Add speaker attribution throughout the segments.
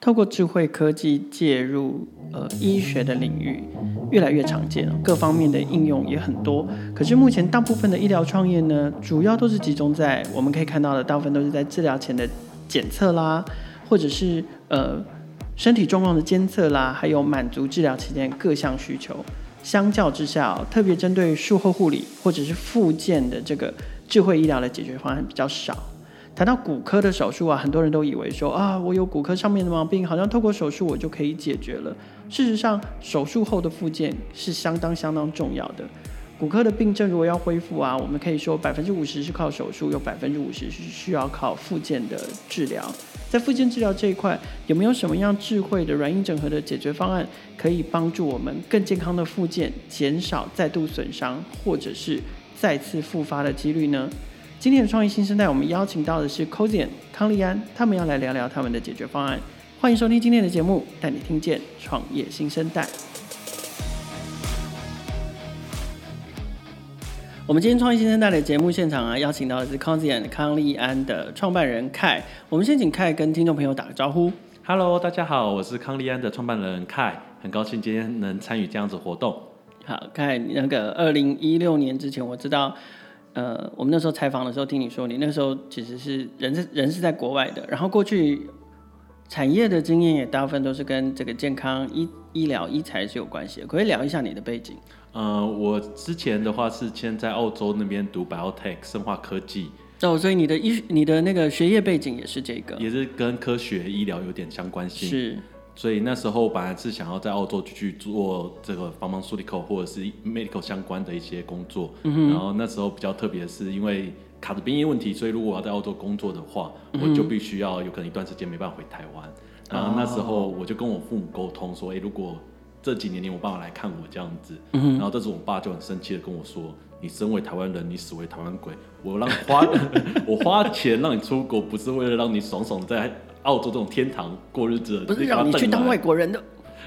Speaker 1: 透过智慧科技介入呃医学的领域，越来越常见了，各方面的应用也很多。可是目前大部分的医疗创业呢，主要都是集中在我们可以看到的，大部分都是在治疗前的检测啦，或者是呃身体状况的监测啦，还有满足治疗期间各项需求。相较之下、哦，特别针对术后护理或者是复健的这个智慧医疗的解决方案比较少。谈到骨科的手术啊，很多人都以为说啊，我有骨科上面的毛病，好像透过手术我就可以解决了。事实上，手术后的复健是相当相当重要的。骨科的病症如果要恢复啊，我们可以说百分之五十是靠手术，有百分之五十是需要靠复健的治疗。在复健治疗这一块，有没有什么样智慧的软硬整合的解决方案，可以帮助我们更健康的复健，减少再度损伤或者是再次复发的几率呢？今天的创业新生代，我们邀请到的是 Cozian 康利安，他们要来聊聊他们的解决方案。欢迎收听今天的节目，带你听见创业新生代。我们今天创业新生代的节目现场啊，邀请到的是 Cozian 康利安的创办人凯。我们先请凯跟听众朋友打个招呼。
Speaker 2: Hello，大家好，我是康利安的创办人凯，很高兴今天能参与这样子活动。
Speaker 1: 好，凯，那个二零一六年之前，我知道，呃，我们那时候采访的时候，听你说，你那时候其实是人是人是在国外的，然后过去产业的经验也大部分都是跟这个健康医医疗医材是有关系的。可不可以聊一下你的背景？
Speaker 2: 呃，我之前的话是先在澳洲那边读 biotech 生化科技，
Speaker 1: 哦，所以你的医你的那个学业背景也是这个，
Speaker 2: 也是跟科学医疗有点相关性，
Speaker 1: 是
Speaker 2: 所以那时候本来是想要在澳洲去做这个 pharmaceutical 或者是 medical 相关的一些工作，然后那时候比较特别的是因为卡着边业问题，所以如果我要在澳洲工作的话，我就必须要有可能一段时间没办法回台湾。然后那时候我就跟我父母沟通说，哎、如果这几年你我爸爸来看我这样子，然后这时候我爸就很生气的跟我说：“你身为台湾人，你死为台湾鬼！我让花 我花钱让你出国，不是为了让你爽爽地在澳洲这种天堂过日子，
Speaker 1: 不是让你去当外国人的？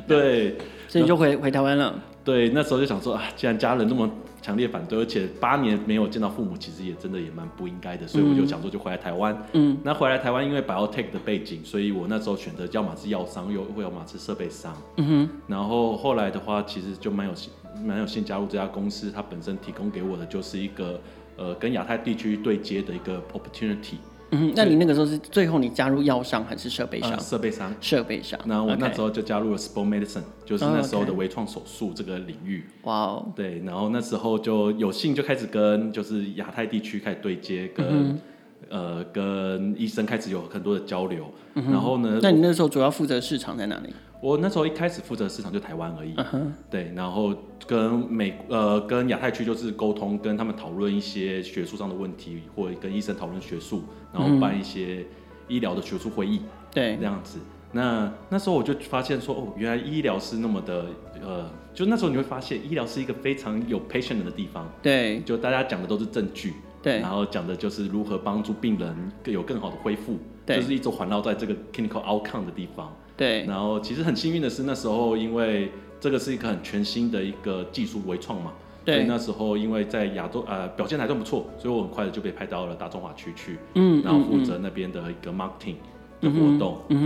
Speaker 2: 对
Speaker 1: 所以你就回回台湾了。
Speaker 2: 对，那时候就想说啊，既然家人那么强烈反对，而且八年没有见到父母，其实也真的也蛮不应该的，所以我就想说就回来台湾。
Speaker 1: 嗯，
Speaker 2: 那回来台湾，因为 biotech 的背景，所以我那时候选择要么是药商，又会要么是设备商。
Speaker 1: 嗯哼，
Speaker 2: 然后后来的话，其实就蛮有幸蛮有幸加入这家公司，它本身提供给我的就是一个呃跟亚太地区对接的一个 opportunity，
Speaker 1: 嗯哼，那你那个时候是最后你加入药商还是设备商
Speaker 2: 呃？设备商。
Speaker 1: 设备商。
Speaker 2: 那我那
Speaker 1: OK
Speaker 2: 时候就加入了 sport medicine，就是那时候
Speaker 1: 哦
Speaker 2: 的
Speaker 1: ，OK
Speaker 2: 微创手术这个领域。
Speaker 1: 哇哦，
Speaker 2: 对，然后那时候就有幸就开始跟就是亚太地区开始对接，跟、
Speaker 1: 嗯
Speaker 2: 呃跟医生开始有很多的交流。然后呢，
Speaker 1: 嗯那你那时候主要负责市场在哪里？
Speaker 2: 我那时候一开始负责市场就台湾而已，
Speaker 1: 嗯哼，
Speaker 2: 对，然后跟美呃跟亚太区就是沟通，跟他们讨论一些学术上的问题，或者跟医生讨论学术，然后办一些医疗的学术会议。
Speaker 1: 嗯对，
Speaker 2: 这样子。那那时候我就发现说，哦，原来医疗是那么的，呃，就那时候你会发现，医疗是一个非常有 patient 的地方，
Speaker 1: 对，
Speaker 2: 就大家讲的都是证据，
Speaker 1: 对
Speaker 2: 然，后讲的就是如何帮助病人更有更好的恢复，
Speaker 1: 对
Speaker 2: 就是一直环绕在这个 clinical outcome 的地方。
Speaker 1: 对，
Speaker 2: 然后其实很幸运的是，那时候因为这个是一个很全新的一个技术微创嘛，
Speaker 1: 对
Speaker 2: 所以那时候因为在亚洲呃表现还算不错，所以我很快的就被派到了大中华区去，
Speaker 1: 嗯
Speaker 2: 然后负责那边的一个 marketing 的活动，对。
Speaker 1: 嗯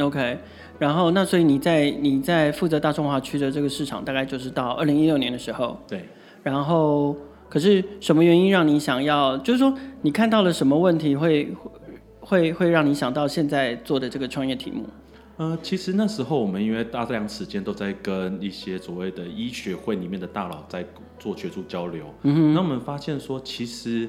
Speaker 1: 哼，OK。然后，那所以你在你在负责大中华区的这个市场，大概就是到二零一六年的时候。
Speaker 2: 对，
Speaker 1: 然后，可是什么原因让你想要？就是说，你看到了什么问题会会会让你想到现在做的这个创业题目？
Speaker 2: 呃，其实那时候我们因为大量时间都在跟一些所谓的医学会里面的大佬在做学术交流，嗯那我们发现说，其实，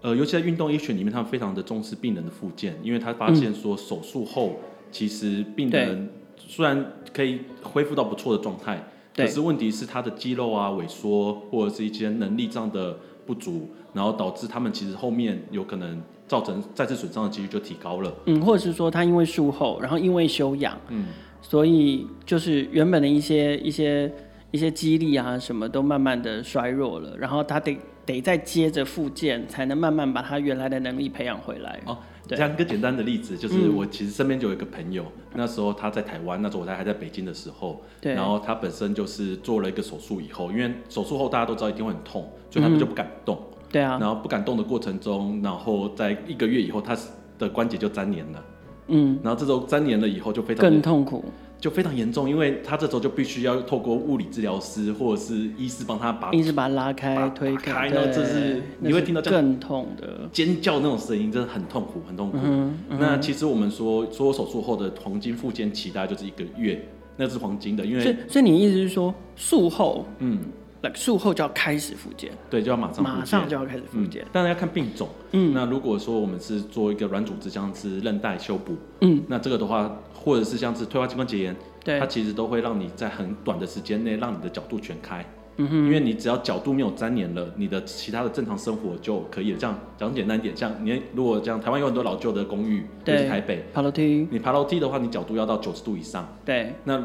Speaker 2: 呃，尤其在运动医学里面，他们非常的重视病人的复健，因为他发现说手术后，其实病人虽然可以恢复到不错的状态，
Speaker 1: 对
Speaker 2: 可是问题是他的肌肉啊萎缩，或者是一些能力上的不足，然后导致他们其实后面有可能造成再次损伤的几率就提高了。
Speaker 1: 嗯，或者是说他因为术后，然后因为休养，
Speaker 2: 嗯，
Speaker 1: 所以就是原本的一些一些一些肌力啊什么都慢慢的衰弱了，然后他得得再接着复健，才能慢慢把他原来的能力培养回来。
Speaker 2: 哦，
Speaker 1: 对嗯
Speaker 2: 讲一个简单的例子，就是我其实身边就有一个朋友，那时候他在台湾，那时候我在还在北京的时候，
Speaker 1: 对
Speaker 2: 然后他本身就是做了一个手术以后，因为手术后大家都知道一定会很痛，所以他们就不敢动，
Speaker 1: 嗯对啊，
Speaker 2: 然后不敢动的过程中，然后在一个月以后，他的关节就粘连了，
Speaker 1: 嗯，
Speaker 2: 然后这时候粘连了以后就非常
Speaker 1: 更
Speaker 2: 的
Speaker 1: 痛苦，
Speaker 2: 就非常严重，因为他这时候就必须要透过物理治疗师或者是医师帮他把
Speaker 1: 一直把它拉开
Speaker 2: 把
Speaker 1: 推
Speaker 2: 打开
Speaker 1: 对
Speaker 2: 然后这是
Speaker 1: 那
Speaker 2: 你会听到这样
Speaker 1: 更痛的，
Speaker 2: 尖叫那种声音，真的很痛苦，很痛苦。
Speaker 1: 嗯
Speaker 2: 那其实我们说，所有手术后的黄金复健期大概就是一个月，那是黄金的，因
Speaker 1: 所以
Speaker 2: 为
Speaker 1: 所以你意思是说术后，
Speaker 2: 嗯，
Speaker 1: like, 术后就要开始复健，
Speaker 2: 对，就要马上复
Speaker 1: 马
Speaker 2: 健
Speaker 1: 上就要开始复
Speaker 2: 嗯
Speaker 1: 健，，
Speaker 2: 当然要看病种。
Speaker 1: 嗯
Speaker 2: 那如果说我们是做一个软组织，像是韧带修补，
Speaker 1: 嗯，
Speaker 2: 那这个的话，或者是像是退化性关节炎，
Speaker 1: 对
Speaker 2: 它，其实都会让你在很短的时间内让你的角度全开。
Speaker 1: 嗯哼，
Speaker 2: 因为你只要角度没有粘连了，你的其他的正常生活就可以了。这样讲简单一点，像你如果这样，台湾有很多老旧的公寓，
Speaker 1: 对
Speaker 2: 尤其台北，
Speaker 1: 爬楼梯，
Speaker 2: 你爬楼梯的话，你角度要到九十度以上。
Speaker 1: 对，
Speaker 2: 那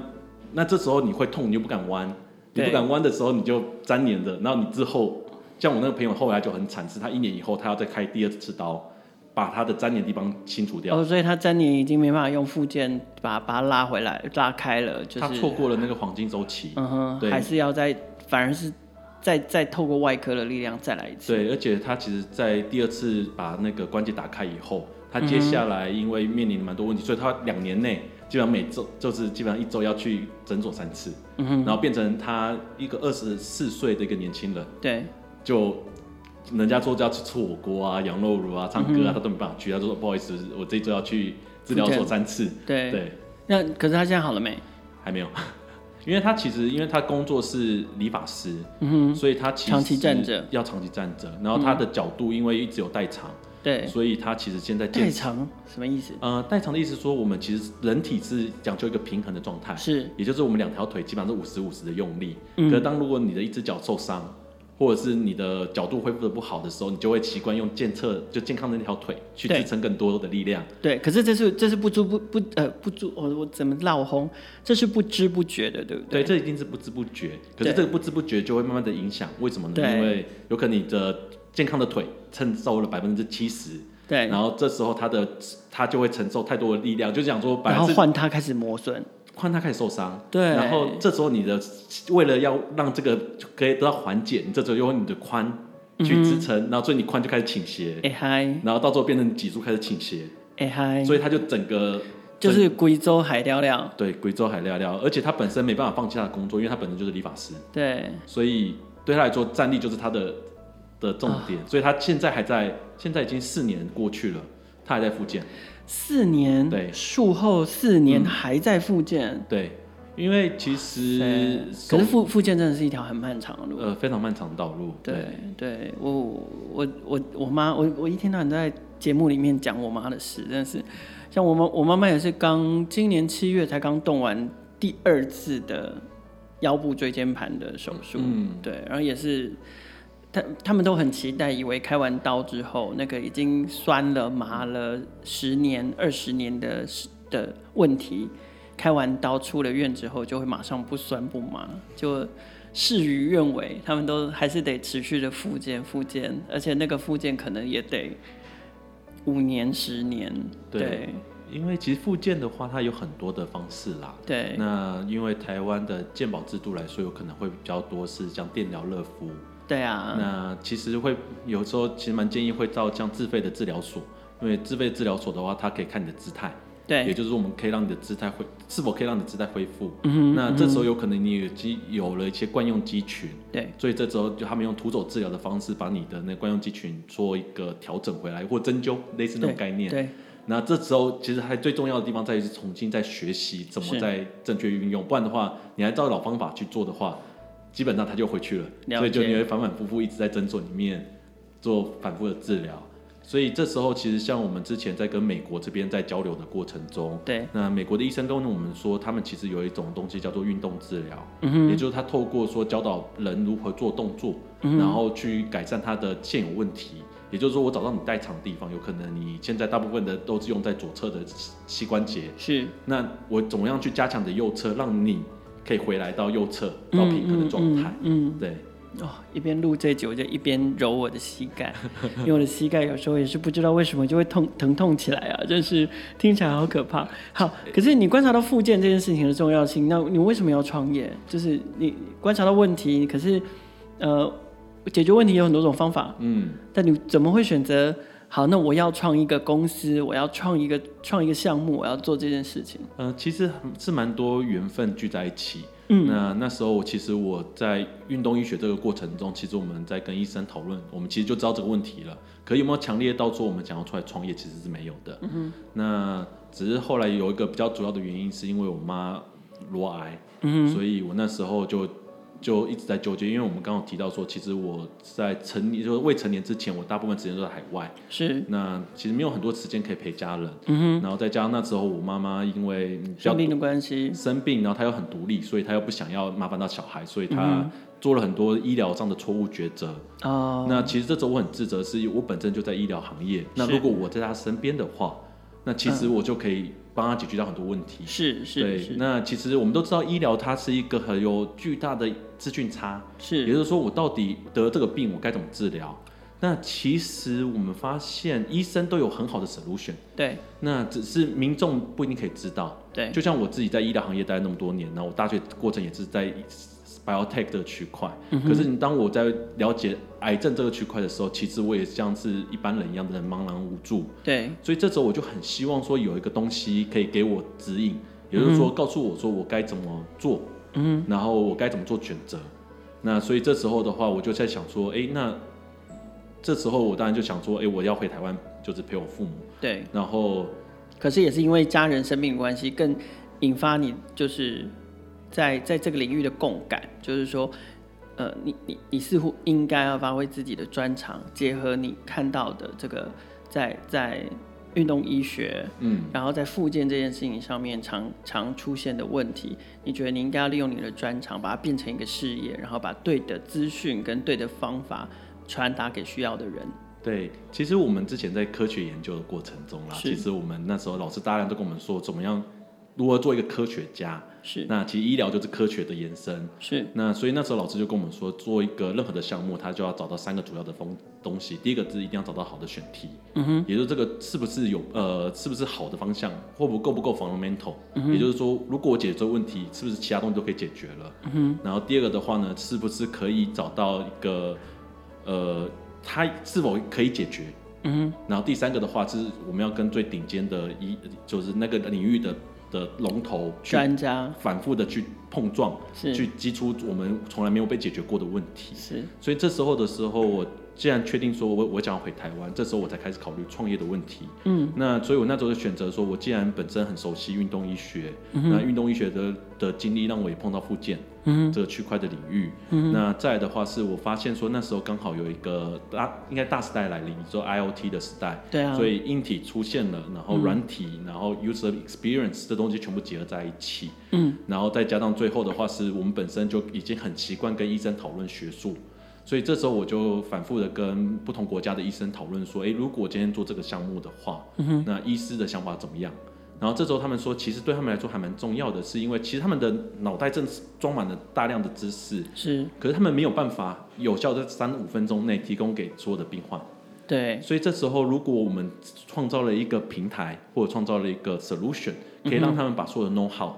Speaker 2: 那这时候你会痛，你就不敢弯，你
Speaker 1: 对
Speaker 2: 不敢弯的时候你就粘连着，然后你之后，像我那个朋友后来就很惨，是他一年以后他要再开第二次刀，把他的粘连地方清除掉。
Speaker 1: 哦，所以他粘连已经没办法用复健把把它拉回来拉开了，就是
Speaker 2: 他错过了那个黄金周期，
Speaker 1: 嗯哼，
Speaker 2: 对
Speaker 1: 还是要再，反而是再再透过外科的力量再来一次。
Speaker 2: 对，而且他其实，在第二次把那个关节打开以后，他
Speaker 1: 嗯
Speaker 2: 接下来因为面临蛮多问题，所以他两年内基本上每周就是基本上一周要去诊所三次，
Speaker 1: 嗯哼，
Speaker 2: 然后变成他一个二十四岁的一个年轻人，
Speaker 1: 对，
Speaker 2: 就人家说就要去吃火锅啊、羊肉炉啊、唱歌啊，他都没办法去，他就说不好意思，我这一周要去治疗
Speaker 1: 复
Speaker 2: 所
Speaker 1: 健
Speaker 2: 三次，
Speaker 1: 对，
Speaker 2: 对，
Speaker 1: 那可是他现在好了没？
Speaker 2: 还没有。 因为他其实，因为他工作是理发师，
Speaker 1: 嗯
Speaker 2: 所以他其实
Speaker 1: 长期站着，
Speaker 2: 要长期站着。然后他的角度因为一直有代偿，
Speaker 1: 哼，对，
Speaker 2: 所以它其实现在
Speaker 1: 嗯代
Speaker 2: 健
Speaker 1: 偿什么意思？
Speaker 2: 呃代偿的意思说，我们其实人体是讲究一个平衡的状态，
Speaker 1: 是，
Speaker 2: 也就是我们两条腿基本上是五十五十的用力。
Speaker 1: 嗯
Speaker 2: 可是当如果你的一只脚受伤，或者是你的角度恢复的不好的时候，你就会习惯用健侧就健康的那条腿去
Speaker 1: 对
Speaker 2: 支撑更多的力量。
Speaker 1: 对，可是这是这是不知不不呃不知我、我怎么闹红？这是不知不觉的，对不
Speaker 2: 对，
Speaker 1: 对？
Speaker 2: 这一定是不知不觉。可
Speaker 1: 对
Speaker 2: 是这个不知不觉就会慢慢的影响，为什么呢？
Speaker 1: 对
Speaker 2: 因为有可能你的健康的腿承受了百分之七十，
Speaker 1: 对，
Speaker 2: 然后这时候它的它就会承受太多的力量，就讲说本
Speaker 1: 然
Speaker 2: 来
Speaker 1: 后
Speaker 2: 是
Speaker 1: 换他开始磨损，
Speaker 2: 髋它开始受伤，
Speaker 1: 对
Speaker 2: 然后这时候你的为了要让这个可以得到缓解，你这时候用你的髋去支撑，
Speaker 1: 嗯
Speaker 2: 然后所以你髋就开始倾斜，
Speaker 1: 哎嗨
Speaker 2: 然后到最后变成脊柱开始倾斜，
Speaker 1: 哎嗨，
Speaker 2: 所以它就整个
Speaker 1: 就是贵州海料料，
Speaker 2: 对贵州海料料，而且他本身没办法放弃他的工作，因为他本身就是理发师，
Speaker 1: 对，
Speaker 2: 所以对他来说站立就是他的的重点，
Speaker 1: 啊
Speaker 2: 所以他现在还在，现在已经四年过去了，他还在复健。
Speaker 1: 四年，
Speaker 2: 对
Speaker 1: 术后四年还在复健，
Speaker 2: 对，因为其
Speaker 1: 对
Speaker 2: 实
Speaker 1: 可是复复健真的是一条很漫长的路。
Speaker 2: 呃非常漫长的道路，
Speaker 1: 对对，我我我我妈，我我一天到晚在节目里面讲我妈的事，真的是，像我妈我妈妈也是刚今年七月才刚动完第二次的腰部椎间盘的手术，
Speaker 2: 嗯
Speaker 1: 对，然后也是。他他们都很期待，以为开完刀之后，那个已经酸了、麻了十年、二十年的的问题，开完刀出了院之后就会马上不酸不麻，就事与愿违，他们都还是得持续的复健复健，而且那个复健可能也得五年十年，对
Speaker 2: 对因为其实复健的话，它有很多的方式啦。
Speaker 1: 对
Speaker 2: 那因为台湾的健保制度来说，有可能会比较多是像电疗、热敷。
Speaker 1: 对啊，
Speaker 2: 那其实会有时候其实蛮建议会到像自费的治疗所，因为自费治疗所的话，它可以看你的姿态，也
Speaker 1: 对
Speaker 2: 就是我们可以让你的姿态恢，是否可以让你的姿态恢复。
Speaker 1: 嗯哼
Speaker 2: 那这时候有可能你有肌有了一些惯用肌群，
Speaker 1: 对
Speaker 2: 所以这时候就他们用徒手治疗的方式把你的那个惯用肌群做一个调整回来，或针灸类似那种概念。
Speaker 1: 对
Speaker 2: 那这时候其实还最重要的地方在于是重新再学习怎
Speaker 1: 是
Speaker 2: 么在正确运用，不然的话，你还照老方法去做的话，基本上它就回去
Speaker 1: 了解
Speaker 2: 了，所以就你会反反复复一直在诊所里面做反复的治疗。所以这时候其实像我们之前在跟美国这边在交流的过程中，
Speaker 1: 对，
Speaker 2: 那美国的医生跟我们说，他们其实有一种东西叫做运动治疗，
Speaker 1: 嗯哼
Speaker 2: 也就是他透过说教导人如何做动作，
Speaker 1: 嗯
Speaker 2: 然后去改善他的现有问题。也就是说，我找到你代偿的地方，有可能你现在大部分的都是用在左侧的膝膝关节，
Speaker 1: 是
Speaker 2: 那我怎么样去加强你的右侧，让你可以回来到右侧到平衡的状态？
Speaker 1: 嗯，嗯嗯
Speaker 2: 对，
Speaker 1: 哦，一边录这集，我就一边揉我的膝盖，因为我的膝盖有时候也是不知道为什么就会痛疼痛起来啊，真是听起来好可怕。好，可是你观察到复健这件事情的重要性，那你为什么要创业？就是你观察到问题，可是呃，解决问题有很多种方法，
Speaker 2: 嗯，
Speaker 1: 但你怎么会选择好，那我要创一个公司，我要创一个创一个项目，我要做这件事情。
Speaker 2: 呃，其实是蛮多缘分聚在一起。
Speaker 1: 嗯
Speaker 2: 那那时候我其实我在运动医学这个过程中，其实我们在跟医生讨论，我们其实就知道这个问题了。可有没有强烈到说我们想要出来创业，其实是没有的。嗯、那只是后来有一个比较主要的原因，是因为我妈裸癌，
Speaker 1: 嗯
Speaker 2: 所以我那时候就就一直在纠结，因为我们刚刚有提到说，其实我在成年就是未成年之前，我大部分时间都在海外。
Speaker 1: 哼，是
Speaker 2: 那其实没有很多时间可以陪家人，
Speaker 1: 嗯
Speaker 2: 然后再加上那时候我妈妈因为比
Speaker 1: 哼，
Speaker 2: 较
Speaker 1: 生病的关系，
Speaker 2: 生病，然后她又很独立，所以她又不想要麻烦到小孩，所以
Speaker 1: 嗯
Speaker 2: 她做了很多医疗上的错误抉择。
Speaker 1: 哦，
Speaker 2: 那其实这时候我很自责，是因为我本身就在医疗行业，那
Speaker 1: 是
Speaker 2: 如果我在她身边的话，那其实我就可以帮她解决到很多问题。
Speaker 1: 是嗯是
Speaker 2: 对，
Speaker 1: 是
Speaker 2: 那其实我们都知道，医疗它是一个很有巨大的资讯差，也
Speaker 1: 是，
Speaker 2: 就是说，我到底得这个病，我该怎么治疗？那其实我们发现，医生都有很好的 solution，
Speaker 1: 对
Speaker 2: 那只是民众不一定可以知道。
Speaker 1: 对，
Speaker 2: 就像我自己在医疗行业待了那么多年，然后我大学过程也是在 biotech 的区块，
Speaker 1: 嗯哼
Speaker 2: 可是你当我在了解癌症这个区块的时候，其实我也像是一般人一样的茫然无助。
Speaker 1: 对
Speaker 2: 所以这时候我就很希望说有一个东西可以给我指引，也就是说告诉我说我该怎么做，
Speaker 1: 嗯，
Speaker 2: 然后我该怎么做选择。那所以这时候的话，我就在想说，诶，那这时候我当然就想说，诶，我要回台湾，就是陪我父母，
Speaker 1: 对。
Speaker 2: 然后
Speaker 1: 可是也是因为家人生病的关系，更引发你就是在在这个领域的共感，就是说，呃，你你你似乎应该要发挥自己的专长，结合你看到的这个在在运动医学，
Speaker 2: 嗯，
Speaker 1: 然后在复健这件事情上面常常出现的问题，你觉得你应该要利用你的专长，把它变成一个事业，然后把对的资讯跟对的方法传达给需要的人。
Speaker 2: 对，其实我们之前在科学研究的过程中啦，
Speaker 1: 是
Speaker 2: 其实我们那时候老师大量都跟我们说，怎么样如何做一个科学家。
Speaker 1: 是
Speaker 2: 那其实医疗就是科学的延伸。
Speaker 1: 是，
Speaker 2: 那所以那时候老师就跟我们说，做一个任何的项目，他就要找到三个主要的风东西。第一个是一定要找到好的选题，
Speaker 1: 嗯哼，
Speaker 2: 也就是这个是不是有呃是不是好的方向，或不够不够 fundamental，、也
Speaker 1: 嗯
Speaker 2: 就是说，如果我解决这个问题，是不是其他东西都可以解决了？
Speaker 1: 嗯哼，
Speaker 2: 然后第二个的话呢，是不是可以找到一个呃它是否可以解决？
Speaker 1: 嗯哼。
Speaker 2: 然后第三个的话，是我们要跟最顶尖的一就是那个领域的的龙头去
Speaker 1: 专家
Speaker 2: 反复的去碰撞，
Speaker 1: 是
Speaker 2: 去激出我们从来没有被解决过的问题。
Speaker 1: 是
Speaker 2: 所以这时候的时候，我既然确定说我我想要回台湾，这时候我才开始考虑创业的问题。
Speaker 1: 嗯，
Speaker 2: 那所以我那时候就选择说，我既然本身很熟悉运动医学，
Speaker 1: 嗯哼
Speaker 2: 那运动医学的的经历让我也碰到复健，
Speaker 1: 嗯
Speaker 2: 这个区块的领域。
Speaker 1: 嗯
Speaker 2: 那再来的话是我发现说那时候刚好有一个大应该大时代来临，就 IOT 的时代，
Speaker 1: 对啊，
Speaker 2: 所以硬体出现了，然
Speaker 1: 嗯
Speaker 2: 后软体，然后 user experience 这东西全部结合在一起，
Speaker 1: 嗯
Speaker 2: 然后再加上最后的话是我们本身就已经很习惯跟医生讨论学术。所以这时候我就反复的跟不同国家的医生讨论说，诶，如果我今天做这个项目的话，
Speaker 1: 嗯哼
Speaker 2: 那医师的想法怎么样？然后这时候他们说，其实对他们来说还蛮重要的，是因为其实他们的脑袋正装满了大量的知识，
Speaker 1: 是
Speaker 2: 可是他们没有办法有效在三五分钟内提供给所有的病患。
Speaker 1: 对
Speaker 2: 所以这时候，如果我们创造了一个平台，或者创造了一个 solution，可
Speaker 1: 嗯
Speaker 2: 以让他们把所有的 know how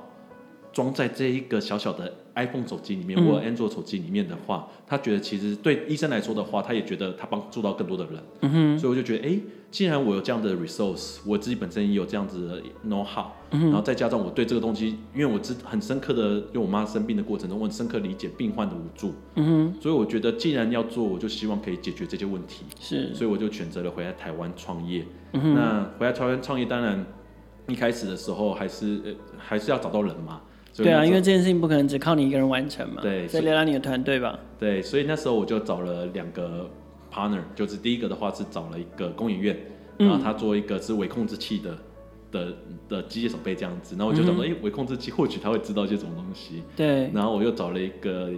Speaker 2: 装在这一个小小的 iPhone 手机里面、
Speaker 1: 嗯
Speaker 2: 或者 Android 手机里面的话，他觉得其实对医生来说的话，他也觉得他帮助到更多的人。
Speaker 1: 嗯哼
Speaker 2: 所以我就觉得，哎，既然我有这样的 resource，我自己本身也有这样子的 know how，、
Speaker 1: 嗯
Speaker 2: 然后再加上我对这个东西，因为我知很深刻的，因为我妈生病的过程中，我很深刻理解病患的无助，
Speaker 1: 嗯哼
Speaker 2: 所以我觉得既然要做，我就希望可以解决这些问题。
Speaker 1: 是
Speaker 2: 所以我就选择了回来台湾创业。
Speaker 1: 嗯哼
Speaker 2: 那回来台湾创业，当然一开始的时候还是、呃、还是要找到人嘛。所以
Speaker 1: 对
Speaker 2: 那
Speaker 1: 啊，
Speaker 2: 时
Speaker 1: 因
Speaker 2: 候
Speaker 1: 为这件事情不可能只靠你一个人完成嘛，
Speaker 2: 对
Speaker 1: 所以
Speaker 2: 所以
Speaker 1: 聊聊你的团队吧，
Speaker 2: 对，所以那时候我就找了两个 partner，就是第一个的话是找了一个工研院，
Speaker 1: 嗯
Speaker 2: 然后他做一个是微控制器的。的的机械手背这样子，然后我就想说，哎、微控制器或许他会知道一些什么东西，
Speaker 1: 嗯对，
Speaker 2: 然后我又找了一个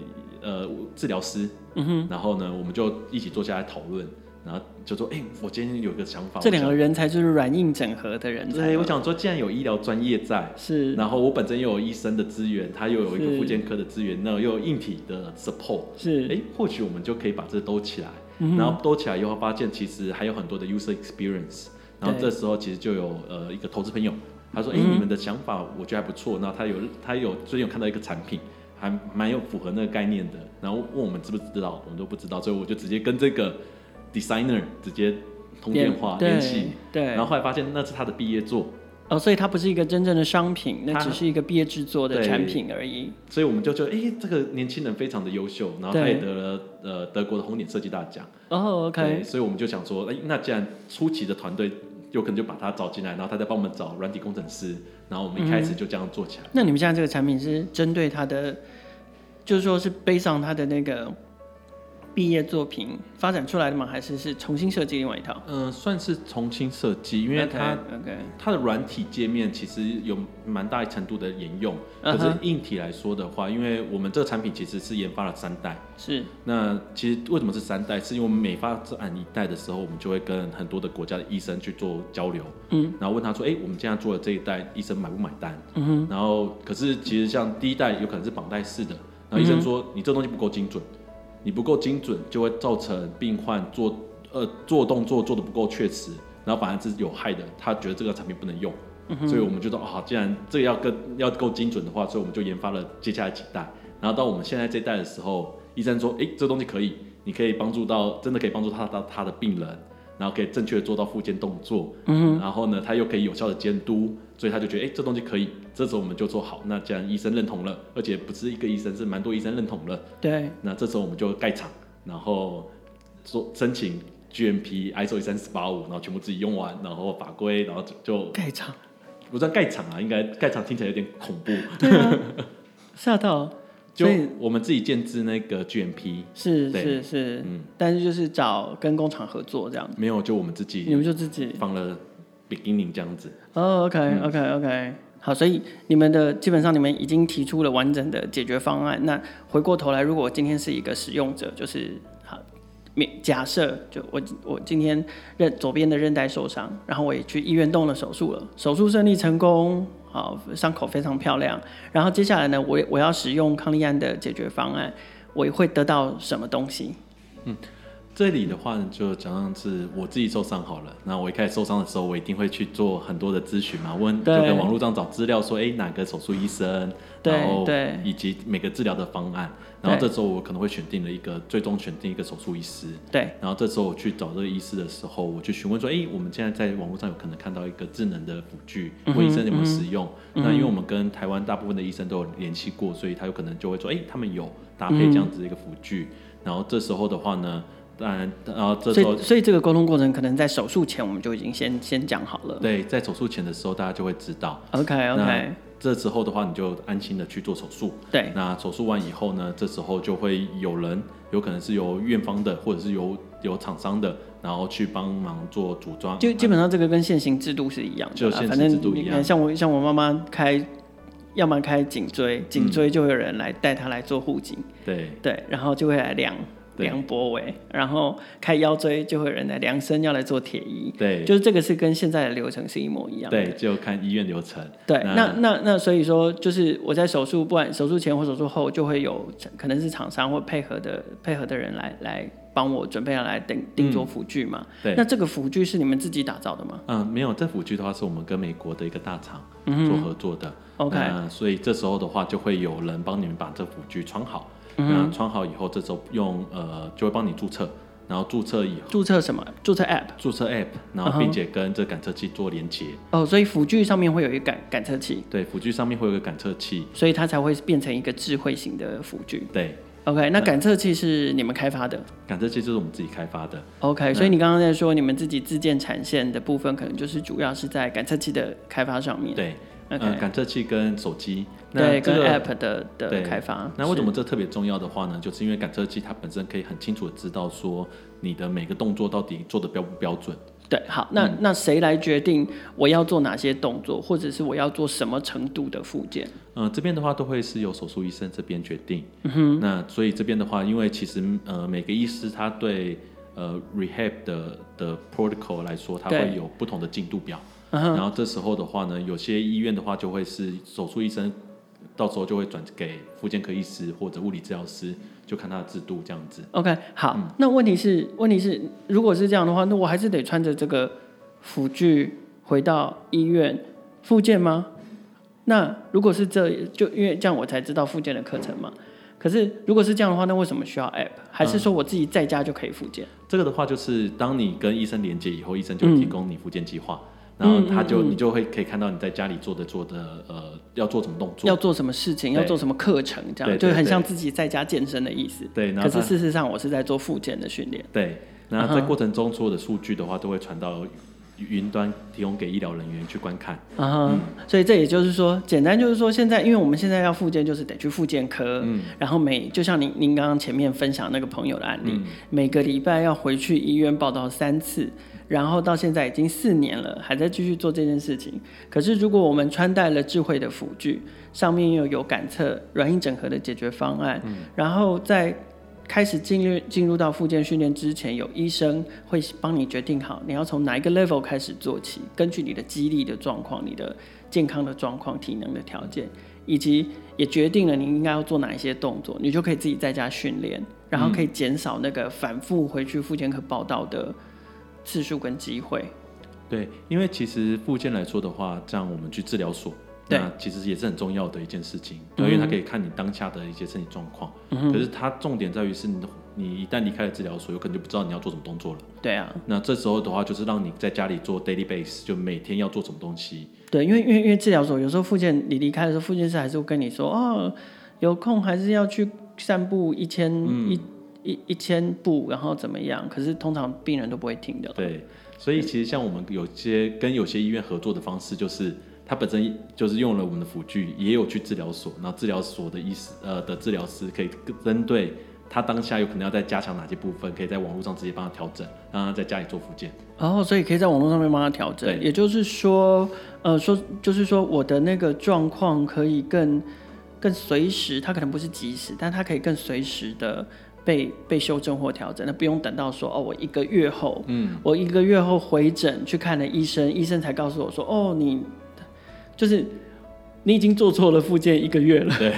Speaker 2: 呃治疗师，
Speaker 1: 嗯哼，
Speaker 2: 然后呢，我们就一起坐下来讨论，然后就说，哎、我今天有一个想法，
Speaker 1: 这两
Speaker 2: 我
Speaker 1: 个人才就是软硬整合的人
Speaker 2: 想
Speaker 1: 才嘛，
Speaker 2: 对，哎我想说，既然有医疗专业在，
Speaker 1: 是
Speaker 2: 然后我本身又有医生的资源，他又有一
Speaker 1: 是
Speaker 2: 个附件科的资源，那又有硬体的 support，
Speaker 1: 是
Speaker 2: 哎，或许我们就可以把这兜起来。
Speaker 1: 嗯哼
Speaker 2: 然后兜起来以后，发现其实还有很多的 user experience。然后
Speaker 1: 对
Speaker 2: 这时候其实就有呃一个投资朋友，他说：“哎、
Speaker 1: 嗯哼
Speaker 2: 你们的想法我觉得还不错。”然后他有他有最近有看到一个产品，还蛮有符合那个概念的。然后问我们知不知道，我们都不知道，所以我就直接跟这个 designer 直接通电话、
Speaker 1: 对
Speaker 2: 联系，
Speaker 1: 对，
Speaker 2: 然后后来发现那是他的毕业作，
Speaker 1: 哦，所以它不是一个真正的商品，那
Speaker 2: 它
Speaker 1: 只是一个毕业制作的
Speaker 2: 对
Speaker 1: 产品而已。
Speaker 2: 所以我们就觉得，哎、这个年轻人非常的优秀，然后他
Speaker 1: 对
Speaker 2: 也得了呃德国的红点设计大奖。
Speaker 1: 哦，OK，
Speaker 2: 对所以我们就想说，哎、那既然初期的团队有可能就把他找进来，然后他再帮我们找软体工程师，然后我们一开始就这样做起来。
Speaker 1: 那你们现在这个产品是针对它的，就是说是背上它的那个毕业作品发展出来的吗？还是是重新设计另外一套？
Speaker 2: 嗯、算是重新设计，因为它
Speaker 1: OK，
Speaker 2: 它的软体界面其实有蛮大程度的沿用，
Speaker 1: 嗯
Speaker 2: 可
Speaker 1: 哼
Speaker 2: 是硬体来说的话，因为我们这个产品其实是研发了三代。
Speaker 1: 是
Speaker 2: 那其实为什么是三代？是因为我们每发展一代的时候，我们就会跟很多的国家的医生去做交流，嗯，然后问他说，哎、我们现在做的这一代，医生买不买单？嗯哼，然后可是其实像第一代有可能是绑带式的，然后医生说、你这东西不够精准，你不够精准就会造成病患做呃做动作做的不够确实，然后反而是有害的，他觉得这个产品不能用。所以我们就说，啊，既然这个要跟要够精准的话，所以我们就研发了接下来几代。然后到我们现在这一代的时候，医生说，哎、这东西可以，你可以帮助到，真的可以帮助他到他的病人，然后可以正确的做到复健动作，嗯，然后呢，他又可以有效的监督，所以他就觉得，哎、这东西可以。这时候我们就说好，那既然医生认同了，而且不是一个医生，是蛮多医生认同了，
Speaker 1: 对，
Speaker 2: 那这时候我们就盖厂，然后做申请 GMP ISO 一三四八五，然后全部自己用完，然后法规，然后就就
Speaker 1: 盖场，
Speaker 2: 不算盖场啊，应该盖场听起来有点恐怖。
Speaker 1: 对啊，吓到，
Speaker 2: 就
Speaker 1: 所以
Speaker 2: 我们自己建制那个 GMP，
Speaker 1: 是
Speaker 2: 对
Speaker 1: 是是，
Speaker 2: 嗯
Speaker 1: 但是就是找跟工厂合作这样，
Speaker 2: 没有，就我们自
Speaker 1: 你
Speaker 2: 己
Speaker 1: 们就自己
Speaker 2: 放了 beginning 这样子。
Speaker 1: 哦，OK，OK，OK、o
Speaker 2: 嗯
Speaker 1: k OK OK，好，所以你们的基本上你们已经提出了完整的解决方案。那回过头来，如果我今天是一个使用者，就是好，免假设就我我今天韧左边的韧带受伤，然后我也去医院动了手术了，手术顺利成功，好，伤口非常漂亮。然后接下来呢，我我要使用康利安的解决方案，我会得到什么东西？
Speaker 2: 这里的话呢，就假装是我自己受伤好了。那我一开始受伤的时候，我一定会去做很多的咨询嘛，问就
Speaker 1: 对
Speaker 2: 跟网络上找资料说，哎，哪个手术医生，
Speaker 1: 对
Speaker 2: 然后
Speaker 1: 对
Speaker 2: 以及每个治疗的方案。然后
Speaker 1: 对
Speaker 2: 这时候我可能会选定了一个，最终选定一个手术医师。
Speaker 1: 对，
Speaker 2: 然后这时候我去找这个医师的时候，我去询问说：“哎，我们现在在网络上有可能看到一个智能的辅具，
Speaker 1: 嗯哼嗯
Speaker 2: 我医生有没有使用？”那因为我们跟台湾大部分的医生都有联系过，所以他有可能就会说：“哎，他们有搭配这样子的一个辅具。
Speaker 1: 嗯
Speaker 2: 然后这时候的话呢，当然，然后这
Speaker 1: 所
Speaker 2: 时候
Speaker 1: 以所以这个沟通过程可能在手术前我们就已经先先讲好了。
Speaker 2: 对，在手术前的时候，大家就会知道。
Speaker 1: OK OK，
Speaker 2: 那这时候的话，你就安心的去做手术。
Speaker 1: 对。
Speaker 2: 那手术完以后呢，这时候就会有人，有可能是由院方的，或者是由由厂商的，然后去帮忙做组装。
Speaker 1: 就基本上这个跟现行制度是一样的
Speaker 2: 就
Speaker 1: 啦，
Speaker 2: 现行
Speaker 1: 反正
Speaker 2: 制度一
Speaker 1: 你
Speaker 2: 样
Speaker 1: 看，像我像我妈妈开，要么开颈椎，颈
Speaker 2: 嗯
Speaker 1: 椎就会有人来带她来做护颈，
Speaker 2: 对
Speaker 1: 对，然后就会来量
Speaker 2: 对
Speaker 1: 量脖围，然后开腰椎就会有人来量身，要来做铁衣，
Speaker 2: 对
Speaker 1: 就是这个是跟现在的流程是一模一样的。
Speaker 2: 对，就看医院流程。
Speaker 1: 对，
Speaker 2: 那
Speaker 1: 那那那所以说，就是我在手术，不管手术前或手术后，就会有可能是厂商或配合的配合的人来来帮我准备要来定
Speaker 2: 嗯
Speaker 1: 定做辅具嘛。
Speaker 2: 对
Speaker 1: 那这个辅具是你们自己打造的吗
Speaker 2: 嗯，没有，这辅具的话是我们跟美国的一个大厂做合作的。
Speaker 1: 嗯？OK，
Speaker 2: 那所以这时候的话，就会有人帮你们把这辅具穿好。
Speaker 1: 嗯
Speaker 2: 那穿好以后，这时候用呃就会帮你注册，然后注册以后
Speaker 1: 注册什么？注册 App
Speaker 2: 注册
Speaker 1: 嗯
Speaker 2: App，然后并且跟这感测器做连接。
Speaker 1: 哦，所以辅具上面会有一个感感测器，
Speaker 2: 对，辅具上面会有个感测器。
Speaker 1: 所以它才会变成一个智慧型的辅具。
Speaker 2: 对，
Speaker 1: OK，那感测器是你们开发的
Speaker 2: 感测器就是我们自己开发的。
Speaker 1: ，OK，所以你刚刚在说你们自己自建产线的部分，可能就是主要是在感测器的开发上面，
Speaker 2: 对，
Speaker 1: OK
Speaker 2: 呃，感测器跟手机。那
Speaker 1: 对，
Speaker 2: 这
Speaker 1: 跟
Speaker 2: 个
Speaker 1: App 的的
Speaker 2: 对
Speaker 1: 开发。
Speaker 2: 那为什
Speaker 1: 是
Speaker 2: 么这特别重要的话呢？就是因为感测器它本身可以很清楚的知道说你的每个动作到底做的标不标准。
Speaker 1: 对，好，那、
Speaker 2: 嗯
Speaker 1: 那谁来决定我要做哪些动作，或者是我要做什么程度的附件？
Speaker 2: 嗯、这边的话都会是由手术医生这边决定。嗯哼。那所以这边的话，因为其实呃每个医师他对呃 rehab 的的 protocol 来说，他
Speaker 1: 对
Speaker 2: 会有不同的进度表。
Speaker 1: 嗯
Speaker 2: 然后这时候的话呢，有些医院的话就会是手术医生，到时候就会转给复健科医师或者物理治疗师，就看他的制度这样子。
Speaker 1: OK，好，
Speaker 2: 嗯
Speaker 1: 那问题是，问题是，如果是这样的话，那我还是得穿着这个辅具回到医院复健吗？那如果是这就因为这样我才知道复健的课程嘛。可是如果是这样的话，那为什么需要 app？还是说我自己在家就可以复健？
Speaker 2: 这个的话，就是当你跟医生连接以后，医生就会提供你复健计划，
Speaker 1: 嗯
Speaker 2: 然后他就、你就会可以看到你在家里做的做的呃要做什么动
Speaker 1: 要
Speaker 2: 作。
Speaker 1: 做什么事情，
Speaker 2: 对
Speaker 1: 要做什么课程，这样
Speaker 2: 对
Speaker 1: 就
Speaker 2: 对
Speaker 1: 很像
Speaker 2: 对
Speaker 1: 自己在家健身的意思。
Speaker 2: 对，然
Speaker 1: 可
Speaker 2: 后
Speaker 1: 是
Speaker 2: 他
Speaker 1: 事实上，我是在做复健的训练。
Speaker 2: 对，那
Speaker 1: 嗯
Speaker 2: 在过程中所有的数据的话，都会传到云端，提供给医疗人员去观看。
Speaker 1: 啊哈、所以这也就是说，简单就是说，现在因为我们现在要复健，就是得去复健科，然后每就像您您刚刚前面分享那个朋友的案例，每个礼拜要回去医院报道三次，然后到现在已经四年了，还在继续做这件事情。可是如果我们穿戴了智慧的辅具，上面又有感测、软硬整合的解决方案，然后在开始进入进入到复健训练之前，有医生会帮你决定好你要从哪一个 level 开始做起，根据你的肌力的状况、你的健康的状况、体能的条件，以及也决定了你应该要做哪一些动作，你就可以自己在家训练，然后可以减少那个反复回去复健科报道的次数跟机会。
Speaker 2: 对，因为其实附件来说的话，像我们去治疗所，
Speaker 1: 对嗯
Speaker 2: 那其实也是很重要的一件事情，对，因为它可以看你当下的一些身体状况。可是它重点在于是你，你一旦离开了治疗所，有可能就不知道你要做什么动作了。
Speaker 1: 对啊，
Speaker 2: 那这时候的话，就是让你在家里做 daily base，就每天要做什么东西。
Speaker 1: 对，因为因为因为治疗所有时候复健，你离开的时候，复健师还是会跟你说，哦，有空还是要去散步一千、一一一千步，然后怎么样？可是通常病人都不会听的。
Speaker 2: 对，所以其实像我们有些跟有些医院合作的方式，就是它本身就是用了我们的辅具，也有去治疗所，然后治疗所的医师呃的治疗师可以针对他当下有可能要再加强哪些部分，可以在网络上直接帮他调整，让他在家里做复健。
Speaker 1: 然哦后、所以可以在网络上面帮他调整。
Speaker 2: 对
Speaker 1: 也就是说，呃，说就是说我的那个状况可以更更随时，它可能不是及时，但它可以更随时的。被被修正或调整，那不用等到说哦，我一个月后，嗯，我一个月后回诊去看了医生，医生才告诉我说，哦，你就是你已经做错了复健一个月了，
Speaker 2: 对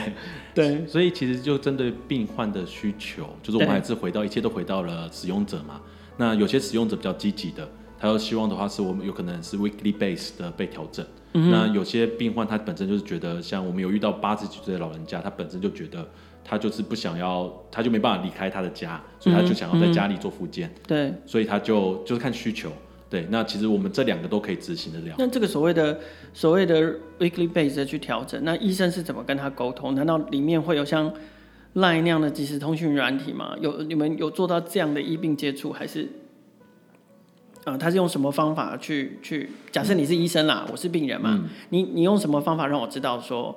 Speaker 1: 对，
Speaker 2: 所以其实就针对病患的需求，就是我
Speaker 1: 对
Speaker 2: 们还是回到一切都回到了使用者嘛。那有些使用者比较积极的，他要希望的话是我们有可能是 weekly base 的被调整。那有些病患他本身就是觉得，像我们有遇到八十几岁的老人家，他本身就觉得他就是不想要，他就没办法离开他的家，所以他就想要在家里做复健，
Speaker 1: 对。
Speaker 2: 所以他就就是看需求。对，那其实我们这两个都可以执行得了。
Speaker 1: 那这个所谓的所谓的 weekly base 的去调整，那医生是怎么跟他沟通？难道里面会有像 Line 那样的即时通讯软体吗？有你们有做到这样的医病接触，还是啊、呃他是用什么方法去去？假设你是医生啦，
Speaker 2: 嗯
Speaker 1: 我是病人嘛，你你用什么方法让我知道说？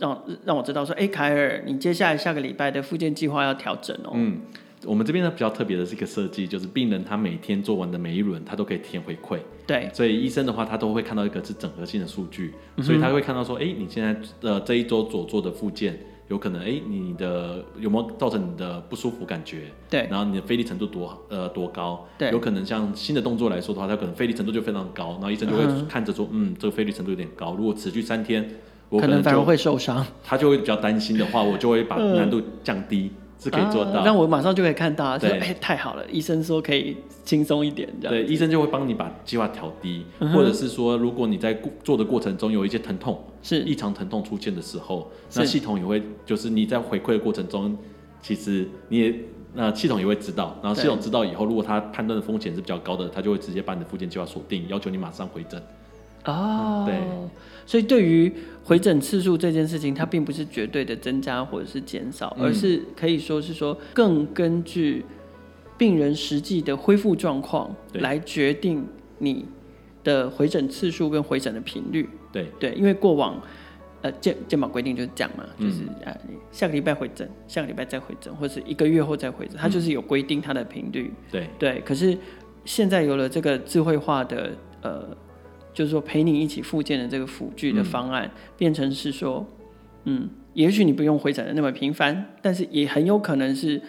Speaker 1: 让让我知道说，哎、凯尔，你接下来下个礼拜的复健计划要调整哦。
Speaker 2: 嗯，我们这边呢比较特别的是一个设计，就是病人他每天做完的每一轮，他都可以填回馈。
Speaker 1: 对，
Speaker 2: 所以医生的话，他都会看到一个是整合性的数据，
Speaker 1: 嗯
Speaker 2: 所以他会看到说，哎、你现在呃这一周所做的复健，有可能哎、诶你的有没有造成你的不舒服感觉？
Speaker 1: 对，
Speaker 2: 然后你的费力程度多呃多高？
Speaker 1: 对
Speaker 2: 有可能像新的动作来说的话，它可能费力程度就非常高，然后医生就会看着说，嗯这个费力程度有点高，如果持续三天，我
Speaker 1: 可能
Speaker 2: 能
Speaker 1: 反而
Speaker 2: 就
Speaker 1: 会受伤。
Speaker 2: 他就会比较担心的话，我就会把难度降低，是可以做到。
Speaker 1: 啊那我马上就可以看到啊，说
Speaker 2: 对
Speaker 1: 哎、太好了，医生说可以轻松一点这样。
Speaker 2: 对，医生就会帮你把计划调低，
Speaker 1: 嗯
Speaker 2: 或者是说，如果你在过做的过程中有一些疼痛，
Speaker 1: 是
Speaker 2: 异常疼痛出现的时候，
Speaker 1: 是
Speaker 2: 那系统也会，就是你在回馈的过程中，其实你也，那系统也会知道，然后系统知道以后，如果他判断的风险是比较高的，他就会直接把你的复健计划锁定，要求你马上回诊。
Speaker 1: 哦、
Speaker 2: 对，
Speaker 1: 所以对于回诊次数这件事情，它并不是绝对的增加或者是减少，
Speaker 2: 嗯
Speaker 1: 而是可以说是说更根据病人实际的恢复状况
Speaker 2: 对
Speaker 1: 来决定你的回诊次数跟回诊的频率。
Speaker 2: 对，
Speaker 1: 对，因为过往呃健健保规定就是这样嘛，
Speaker 2: 嗯
Speaker 1: 就是、呃你下个礼拜回诊，下个礼拜再回诊，或是一个月后再回诊，它就是有规定它的频率。
Speaker 2: 对，
Speaker 1: 对，可是现在有了这个智慧化的呃，就是说陪你一起复健的这个辅具的方案，
Speaker 2: 嗯
Speaker 1: 变成是说，嗯，也许你不用回诊的那么频繁，但是也很有可能是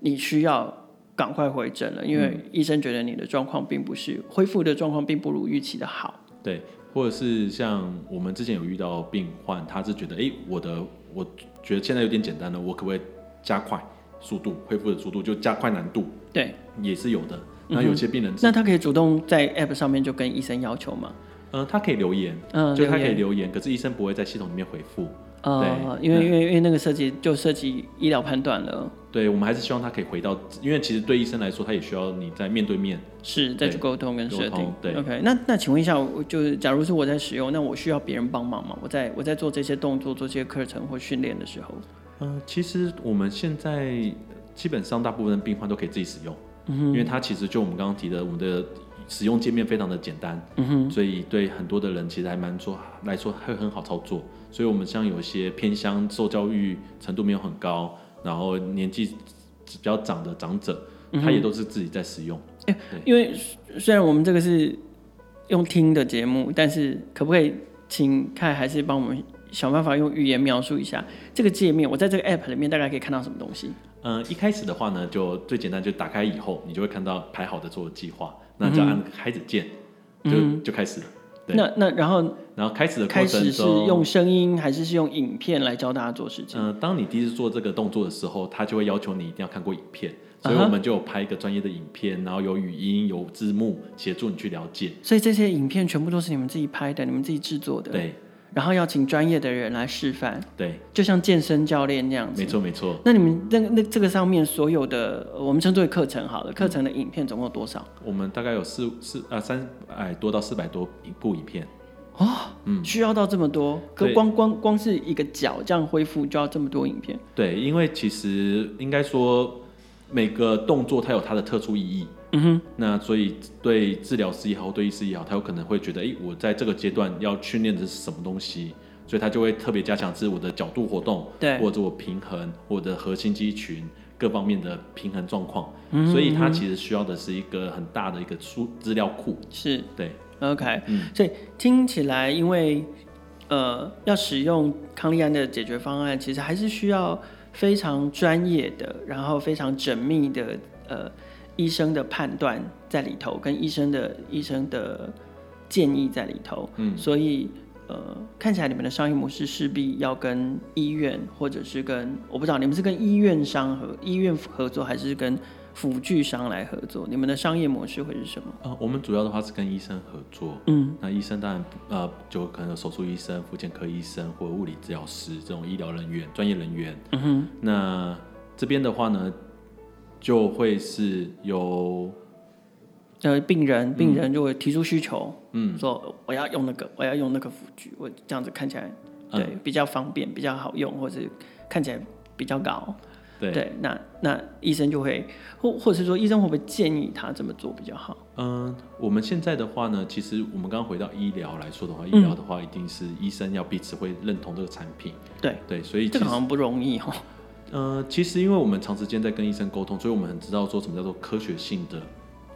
Speaker 1: 你需要。赶快回诊了，因为
Speaker 2: 嗯
Speaker 1: 医生觉得你的状况并不是恢复的状况，并不如预期的好。
Speaker 2: 对，或者是像我们之前有遇到病患，他是觉得，哎、我的我觉得现在有点简单了，我可不可以加快速度恢复的速度，就加快难度？
Speaker 1: 对，
Speaker 2: 也是有的。那有些病人是，
Speaker 1: 那他可以主动在 App 上面就跟医生要求吗？
Speaker 2: 呃，他可以留言，
Speaker 1: 嗯，
Speaker 2: 就他可以
Speaker 1: 留言
Speaker 2: 留言，可是医生不会在系统里面回复。
Speaker 1: 呃，因为因为因为那个涉及就涉及医疗判断了，
Speaker 2: 对，我们还是希望他可以回到，因为其实对医生来说，他也需要你在面对面。
Speaker 1: 是再
Speaker 2: 对
Speaker 1: 去沟通跟设
Speaker 2: 沟
Speaker 1: 定
Speaker 2: 通。对
Speaker 1: OK，那那请问一下，我就是假如是我在使用，那我需要别人帮忙吗？我在我在做这些动作、做这些课程或训练的时候，
Speaker 2: 呃，其实我们现在基本上大部分的病患都可以自己使用，因为它其实就我们刚刚提的，我们的使用界面非常的简单，所以对很多的人其实还蛮说来说会很好操作。所以我们像有一些偏乡受教育程度没有很高，然后年纪比较长的长者，他也都是自己在使用。
Speaker 1: 因为虽虽然我们这个是用听的节目，但是可不可以请看还是帮我们想办法用语言描述一下这个界面？我在这个 App 里面大概可以看到什么东西？
Speaker 2: 嗯，一开始的话呢，就最简单，就打开以后，你就会看到排好的所有计划，那只要按开始键，就就开始了。
Speaker 1: 嗯
Speaker 2: 对
Speaker 1: 那那然后
Speaker 2: 然后开始的过
Speaker 1: 开
Speaker 2: 程
Speaker 1: 始是
Speaker 2: 中，
Speaker 1: 用声音还是是用影片来教大家做事情？
Speaker 2: 嗯、当你第一次做这个动作的时候，他就会要求你一定要看过影片，所以
Speaker 1: 啊哈
Speaker 2: 我们就有拍一个专业的影片，然后有语音、有字幕协助你去了解。
Speaker 1: 所以这些影片全部都是你们自己拍的，你们自己制作的，
Speaker 2: 对
Speaker 1: 然后要请专业的人来示范。
Speaker 2: 对，
Speaker 1: 就像健身教练那样子
Speaker 2: 没。错没错。
Speaker 1: 那你们那那这个上面所有的，呃我们称之为课程好了，课程的影片总共有多少？
Speaker 2: 我们大概有四四啊三百多到四百多部影片，
Speaker 1: 嗯，需要到这么多，可
Speaker 2: 对
Speaker 1: 光光光是一个脚这样恢复就要这么多影片。
Speaker 2: 对，因为其实应该说每个动作它有它的特殊意义。
Speaker 1: 嗯哼，
Speaker 2: 那所以对治疗师也好，对医师也好，他有可能会觉得，诶，我在这个阶段要训练的是什么东西，所以他就会特别加强是我的角度活动，
Speaker 1: 对
Speaker 2: 或者我平衡，我的核心肌群各方面的平衡状况。
Speaker 1: 嗯
Speaker 2: 所以它其实需要的是一个很大的一个书资料库，
Speaker 1: 是
Speaker 2: 对
Speaker 1: OK，、所以听起来因为呃要使用康利安的解决方案，其实还是需要非常专业的，然后非常缜密的呃医生的判断在里头，跟医生的医生的建议在里头。嗯，所以呃看起来你们的商业模式势必要跟医院或者是跟我不知道你们是跟医院商合医院合作，还是跟辅具商来合作？你们的商业模式会是什么？
Speaker 2: 呃，我们主要的话是跟医生合作，
Speaker 1: 嗯，
Speaker 2: 那医生当然呃，就可能有手术医生、复健科医生或物理治疗师这种医疗人员、专业人员。嗯哼。那这边的话呢，就会是由
Speaker 1: 呃，病
Speaker 2: 嗯
Speaker 1: 人病人就会提出需求，嗯，说我要用那个，我要用那个辅具，我这样子看起来
Speaker 2: 嗯
Speaker 1: 对、比较方便，比较好用，或者看起来比较高，
Speaker 2: 对
Speaker 1: 那那医生就会或或者是说医生会不会建议他这么做比较好？
Speaker 2: 嗯，我们现在的话呢，其实我们刚刚回到医疗来说的话，医疗的话一定是医生要彼此会认同这个产品，
Speaker 1: 对，
Speaker 2: 对，所以
Speaker 1: 这
Speaker 2: 其
Speaker 1: 个
Speaker 2: 实
Speaker 1: 好像不容易哦。
Speaker 2: 呃，其实因为我们长时间在跟医生沟通，所以我们很知道说什么叫做科学性的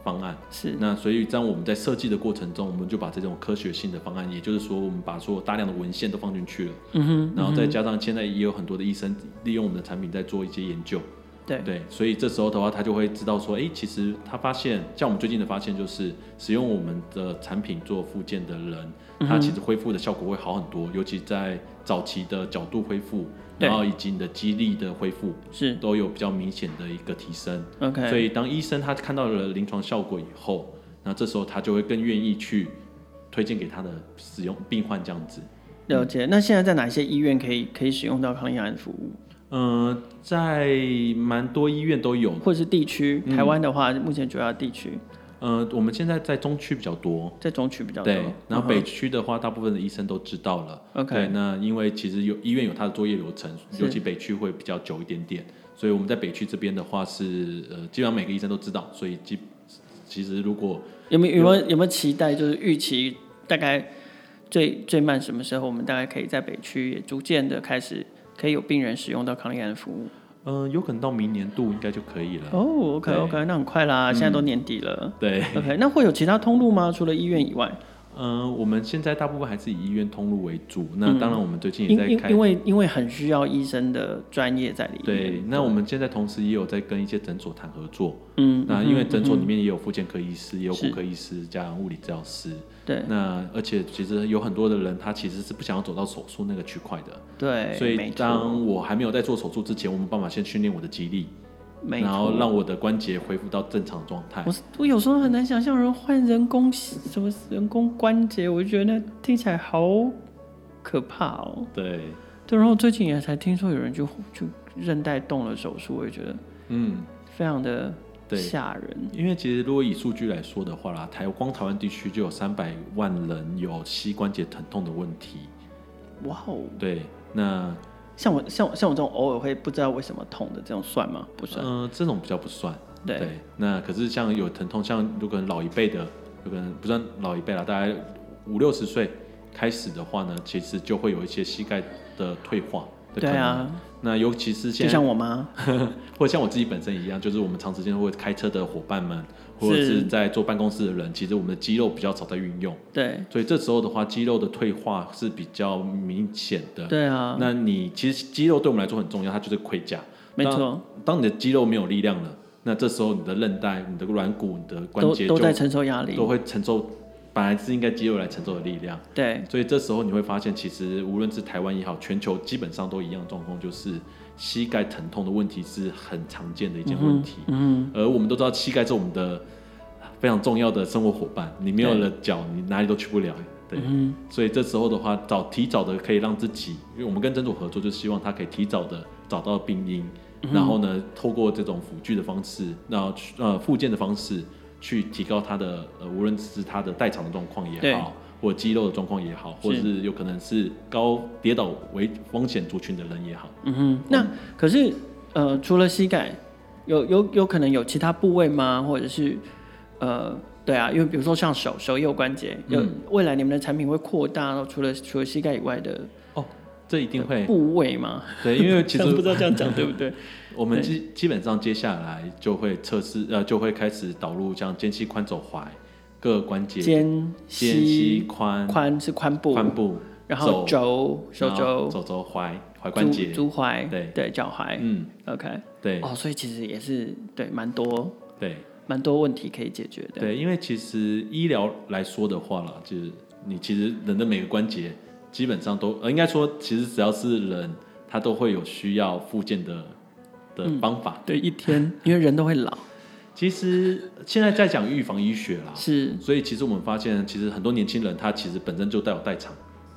Speaker 2: 方案。
Speaker 1: 是
Speaker 2: 那所以，在我们在设计的过程中，我们就把这种科学性的方案，也就是说，我们把所有大量的文献都放进去了，
Speaker 1: 嗯哼，
Speaker 2: 然后再加上现在也有很多的医生利用我们的产品在做一些研究，
Speaker 1: 对，
Speaker 2: 对，所以这时候的话，他就会知道说，诶，其实他发现，像我们最近的发现就是，使用我们的产品做复健的人，
Speaker 1: 嗯
Speaker 2: 他其实恢复的效果会好很多，尤其在早期的角度恢复，
Speaker 1: 对
Speaker 2: 然后以及你的肌力的恢复，
Speaker 1: 是
Speaker 2: 都有比较明显的一个提升。
Speaker 1: OK，
Speaker 2: 所以当医生他看到了临床效果以后，那这时候他就会更愿意去推荐给他的使用病患这样子。
Speaker 1: 了解。那现在在哪些医院可以可以使用到康利安服务，
Speaker 2: 嗯、在蛮多医院都有。
Speaker 1: 或者是地区？台湾的话，目前主要地区
Speaker 2: 嗯、我们现在在中区比较多。
Speaker 1: 在中区比较多，嗯
Speaker 2: 对，然后北区的话，大部分的医生都知道了。
Speaker 1: OK
Speaker 2: 对，那因为其实有医院有它的作业流程，
Speaker 1: 是
Speaker 2: 尤其北区会比较久一点点，所以我们在北区这边的话是呃，基本上每个医生都知道，所以基其实如果
Speaker 1: 有没有有没有有没有期待？就是预期大概最最慢什么时候，我们大概可以在北区也逐渐的开始可以有病人使用到康利安服务。
Speaker 2: 嗯、呃有可能到明年度应该就可以了。
Speaker 1: 哦，OK OK，那很快啦，现在都年底了。
Speaker 2: 对，
Speaker 1: OK，那会有其他通路吗？除了医院以外，
Speaker 2: 嗯、我们现在大部分还是以医院通路为主，那当然我们最近
Speaker 1: 嗯
Speaker 2: 也
Speaker 1: 因
Speaker 2: 在
Speaker 1: 因
Speaker 2: 开。
Speaker 1: 因为因为很需要医生的专业在里面。
Speaker 2: 对，那我们现在同时也有在跟一些诊所谈合作。
Speaker 1: 嗯，
Speaker 2: 那
Speaker 1: 嗯
Speaker 2: 因为
Speaker 1: 嗯
Speaker 2: 诊所里面也有复健科医师，也有
Speaker 1: 是
Speaker 2: 骨科医师，加上物理治疗师。
Speaker 1: 对
Speaker 2: 那而且其实有很多的人，他其实是不想要走到手术那个区块的，
Speaker 1: 对，
Speaker 2: 所以
Speaker 1: 没错
Speaker 2: 当我还没有在做手术之前，我们办法先训练我的肌力，
Speaker 1: 没
Speaker 2: 然后
Speaker 1: 错
Speaker 2: 让我的关节恢复到正常状态
Speaker 1: 我。是我有时候很难想象人换人工什么人工关节，我就觉得那听起来好可怕哦。
Speaker 2: 对，
Speaker 1: 对，然后最近也才听说有人就就韧带动了手术，我也觉得
Speaker 2: 嗯，
Speaker 1: 非常的
Speaker 2: 对。
Speaker 1: 吓人。
Speaker 2: 因为其实如果以数据来说的话啦，台光台湾地区就有三百万人有膝关节疼痛的问题。
Speaker 1: 哇哦，
Speaker 2: 对，那
Speaker 1: 像我像我像我这种偶尔会不知道为什么痛的这种算吗？不算。
Speaker 2: 嗯、呃这种比较不算。
Speaker 1: 对
Speaker 2: 那可是像有疼痛，像如果老一辈的，有可能不算老一辈啦，大概五六十岁开始的话呢，其实就会有一些膝盖的退化的可
Speaker 1: 对
Speaker 2: 能。
Speaker 1: 啊，
Speaker 2: 那尤其是
Speaker 1: 就
Speaker 2: 现在，
Speaker 1: 像我妈，
Speaker 2: 或者像我自己本身一样，就是我们长时间会开车的伙伴们，或者
Speaker 1: 是
Speaker 2: 是在坐办公室的人，其实我们的肌肉比较少在运用，
Speaker 1: 对
Speaker 2: 所以这时候的话，肌肉的退化是比较明显的。
Speaker 1: 对啊，
Speaker 2: 那你其实肌肉对我们来说很重要，它就是盔甲。
Speaker 1: 没错，
Speaker 2: 当你的肌肉没有力量了，那这时候你的韧带、你的软骨、你的关
Speaker 1: 都
Speaker 2: 节
Speaker 1: 都
Speaker 2: 就
Speaker 1: 在承受压力
Speaker 2: 都。会承受本来是应该肌肉来承受的力量。
Speaker 1: 对，
Speaker 2: 所以这时候你会发现，其实无论是台湾也好，全球基本上都一样的状况，就是膝盖疼痛的问题是很常见的一件问题。
Speaker 1: 嗯，
Speaker 2: 而我们都知道，膝盖是我们的非常重要的生活伙伴，你没有
Speaker 1: 对
Speaker 2: 了脚，你哪里都去不了。对，
Speaker 1: 嗯
Speaker 2: 所以这时候的话，早提早的可以让自己，因为我们跟诊所合作，就希望他可以提早的找到病因，
Speaker 1: 嗯
Speaker 2: 然后呢，透过这种辅具的方式，然后去呃复健的方式，去提高他的呃，无论是他的代偿的状况
Speaker 1: 对
Speaker 2: 也好，或肌肉的状况也好，或者是有可能是高跌倒为风险族群的人也好，
Speaker 1: 嗯哼，那可是呃，除了膝盖，有有有可能有其他部位吗？或者是呃，对啊，因为比如说像手手也有关节，有、
Speaker 2: 嗯
Speaker 1: 未来你们的产品会扩大，除了除了膝盖以外的
Speaker 2: 这一定会
Speaker 1: 部位吗？
Speaker 2: 对，因为其
Speaker 1: 这样
Speaker 2: 实
Speaker 1: 不知道这样讲对不 对？
Speaker 2: 我们基基本上接下来就会测试，呃，就会开始导入像肩膝宽肘踝各关节、
Speaker 1: 肩
Speaker 2: 肩膝
Speaker 1: 膝
Speaker 2: 宽、
Speaker 1: 宽是髋部，
Speaker 2: 髋部，
Speaker 1: 然后肘手
Speaker 2: 然后
Speaker 1: 肘、
Speaker 2: 手肘踝踝关节，
Speaker 1: 足足踝、
Speaker 2: 对
Speaker 1: 对脚踝
Speaker 2: 嗯，
Speaker 1: ，OK。
Speaker 2: 对
Speaker 1: 哦，所以其实也是对蛮多
Speaker 2: 对
Speaker 1: 蛮多问题可以解决的。
Speaker 2: 对，因为其实医疗来说的话啦，就是你其实人的每个关节基本上都，呃，应该说其实只要是人，他都会有需要复健的的方法。
Speaker 1: 对，一天因为人都会老，
Speaker 2: 其实现在在讲预防医学啦，
Speaker 1: 是
Speaker 2: 所以其实我们发现，其实很多年轻人他其实本身就带有代偿，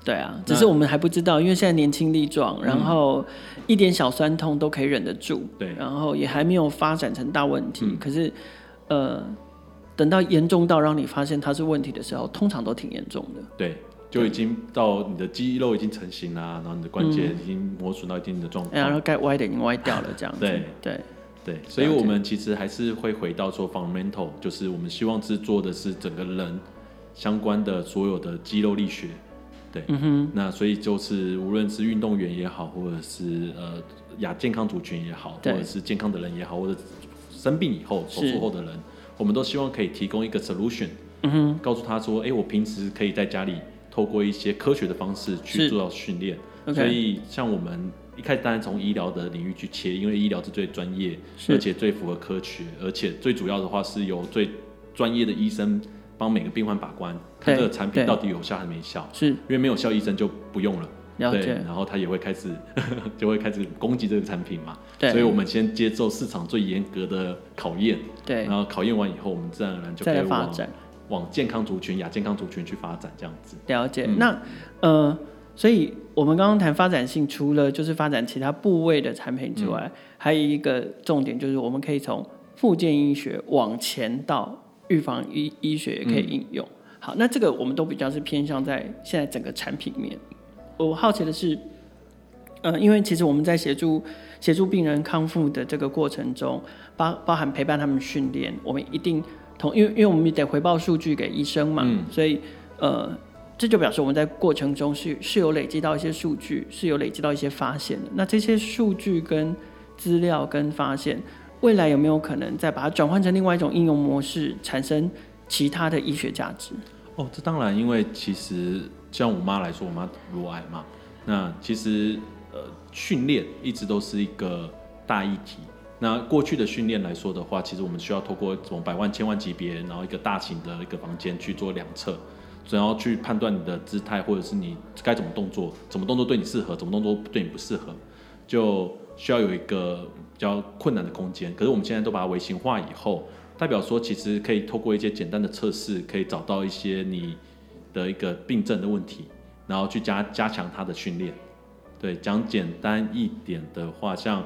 Speaker 1: 对啊，
Speaker 2: 那嗯
Speaker 1: 只是我们还不知道，因为现在年轻力壮，然后一点小酸痛都可以忍得住，
Speaker 2: 对嗯
Speaker 1: 然后也还没有发展成大问题。可是，呃，等到严重到让你发现它是问题的时候，通常都挺严重的。
Speaker 2: 对，就已经到你的肌肉已经成型啦，然后你的关节已经磨损到一定的状
Speaker 1: 哎呀
Speaker 2: 况，
Speaker 1: 然后该歪的已经歪掉了，这样子。
Speaker 2: 嗯对
Speaker 1: 对
Speaker 2: 对，所以我们其实还是会回到说 fundamental，就是我们希望是做的是整个人相关的所有的肌肉力学，对，嗯哼，那所以就是无论是运动员也好，或者是呃亚健康族群也好，或
Speaker 1: 对
Speaker 2: 者是健康的人也好，或者生病以后手术后的人，我们都希望可以提供一个 solution，
Speaker 1: 嗯哼，
Speaker 2: 告诉他说，哎、我平时可以在家里透过一些科学的方式
Speaker 1: 是
Speaker 2: 去做到训练。
Speaker 1: OK
Speaker 2: 所以像我们一开始当然从医疗的领域去切，因为医疗是最专业，
Speaker 1: 是
Speaker 2: 而且最符合科学，而且最主要的话是由最专业的医生帮每个病患把关，看
Speaker 1: 对
Speaker 2: 这个产品
Speaker 1: 对
Speaker 2: 到底有效还没效。
Speaker 1: 是
Speaker 2: 因为没有效，医生就不用了。
Speaker 1: 了
Speaker 2: 对，
Speaker 1: 解。
Speaker 2: 然后他也会开始 就会开始攻击这个产品嘛。
Speaker 1: 对
Speaker 2: 所以我们先接受市场最严格的考验，
Speaker 1: 对
Speaker 2: 然，后考验完以后，我们自然而然嗯就可
Speaker 1: 再
Speaker 2: 以
Speaker 1: 来发
Speaker 2: 往
Speaker 1: 展。
Speaker 2: 往健康族群、亚健康族群去发展，这样子。
Speaker 1: 了解。那呃，所以我们刚刚谈发展性，除了就是发展其他部位的产品之外，还有一个重点就是我们可以从复健医学往前到预防医医学也可以应用。好，那这个我们都比较是偏向在现在整个产品面。我好奇的是，呃，因为其实我们在协助协助病人康复的这个过程中，包包含陪伴他们训练，我们一定同，因为因为我们也得回报数据给医生嘛，
Speaker 2: 嗯
Speaker 1: 所以呃，这就表示我们在过程中是是有累积到一些数据，是有累积到一些发现的。那这些数据跟资料跟发现，未来有没有可能再把它转换成另外一种应用模式，产生其他的医学价值？
Speaker 2: 哦，这当然，因为其实像我妈来说，我妈乳癌嘛，那其实呃训练一直都是一个大议题。那过去的训练来说的话，其实我们需要透过从百万、千万级别，然后一个大型的一个房间去做量测，然后去判断你的姿态或者是你该怎么动作，怎么动作对你适合，怎么动作对你不适合，就需要有一个比较困难的空间。可是我们现在都把它微型化以后，代表说其实可以透过一些简单的测试，可以找到一些你的一个病症的问题，然后去加加强他的训练。对，讲简单一点的话，像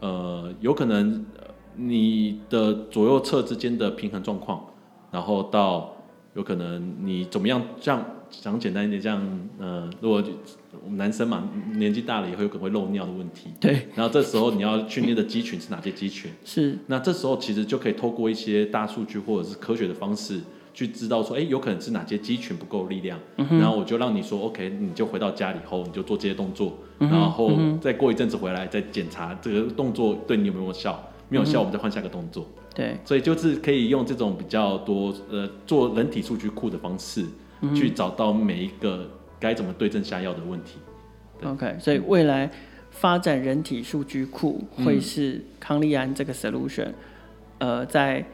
Speaker 2: 呃，有可能呃你的左右侧之间的平衡状况，然后到有可能你怎么样，像讲简单一点，像呃，如果我们男生嘛，年纪大了以后有可能会漏尿的问题，
Speaker 1: 对，
Speaker 2: 然后这时候你要训练的肌群是哪些肌群？
Speaker 1: 是
Speaker 2: 那这时候其实就可以透过一些大数据或者是科学的方式，去知道说，哎、有可能是哪些肌群不够力量，然后我就让你说，OK，你就回到家里以后，你就做这些动作，然后再过一阵子回来再检查这个动作对你有没有效，没有效我们再换下个动作。
Speaker 1: 对，
Speaker 2: 所以就是可以用这种比较多呃做人体数据库的方式，去找到每一个该怎么对症下药的问题。对
Speaker 1: OK，所以未来发展人体数据库会是康利安这个 solution，、呃，在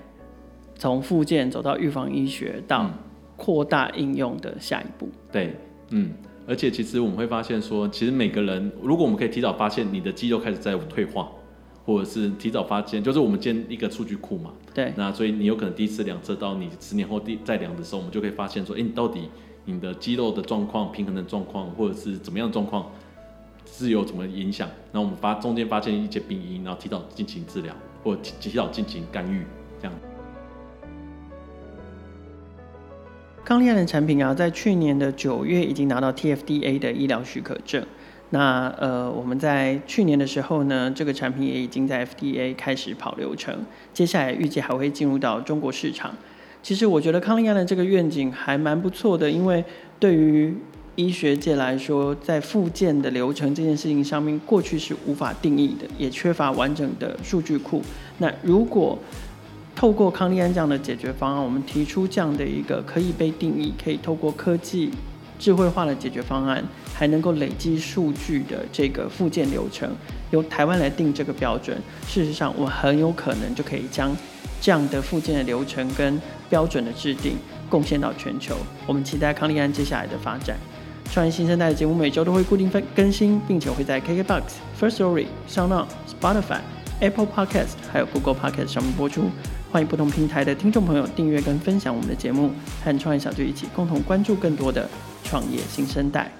Speaker 1: 从复健走到预防医学到扩大应用的下一步。
Speaker 2: 对，嗯，而且其实我们会发现说，其实每个人，如果我们可以提早发现你的肌肉开始在退化，或者是提早发现，就是我们建一个数据库嘛，
Speaker 1: 对，
Speaker 2: 那所以你有可能第一次量测到你十年后第再量的时候，我们就可以发现说，哎、你到底你的肌肉的状况、平衡的状况，或者是怎么样的状况是有什么影响？然后我们发中间发现一些病因，然后提早进行治疗，或者提提早进行干预，这样。
Speaker 1: 康利安的产品啊，在去年的九月已经拿到 TFDA 的医疗许可证。那呃，我们在去年的时候呢，这个产品也已经在 FDA 开始跑流程，接下来预计还会进入到中国市场。其实我觉得康利安的这个愿景还蛮不错的，因为对于医学界来说，在复健的流程这件事情上面，过去是无法定义的，也缺乏完整的数据库。那如果透过康利安这样的解决方案，我们提出这样的一个可以被定义、可以透过科技智慧化的解决方案，还能够累积数据的这个附件流程，由台湾来定这个标准。事实上，我们很有可能就可以将这样的附件的流程跟标准的制定贡献到全球。我们期待康利安接下来的发展。创业新生代的节目每周都会固定分更新，并且会在 KKBOX、First Story、SoundOn、Spotify、Apple Podcast 还有 Google Podcast 上面播出。欢迎不同平台的听众朋友订阅跟分享我们的节目，和创业小聚一起共同关注更多的创业新生代。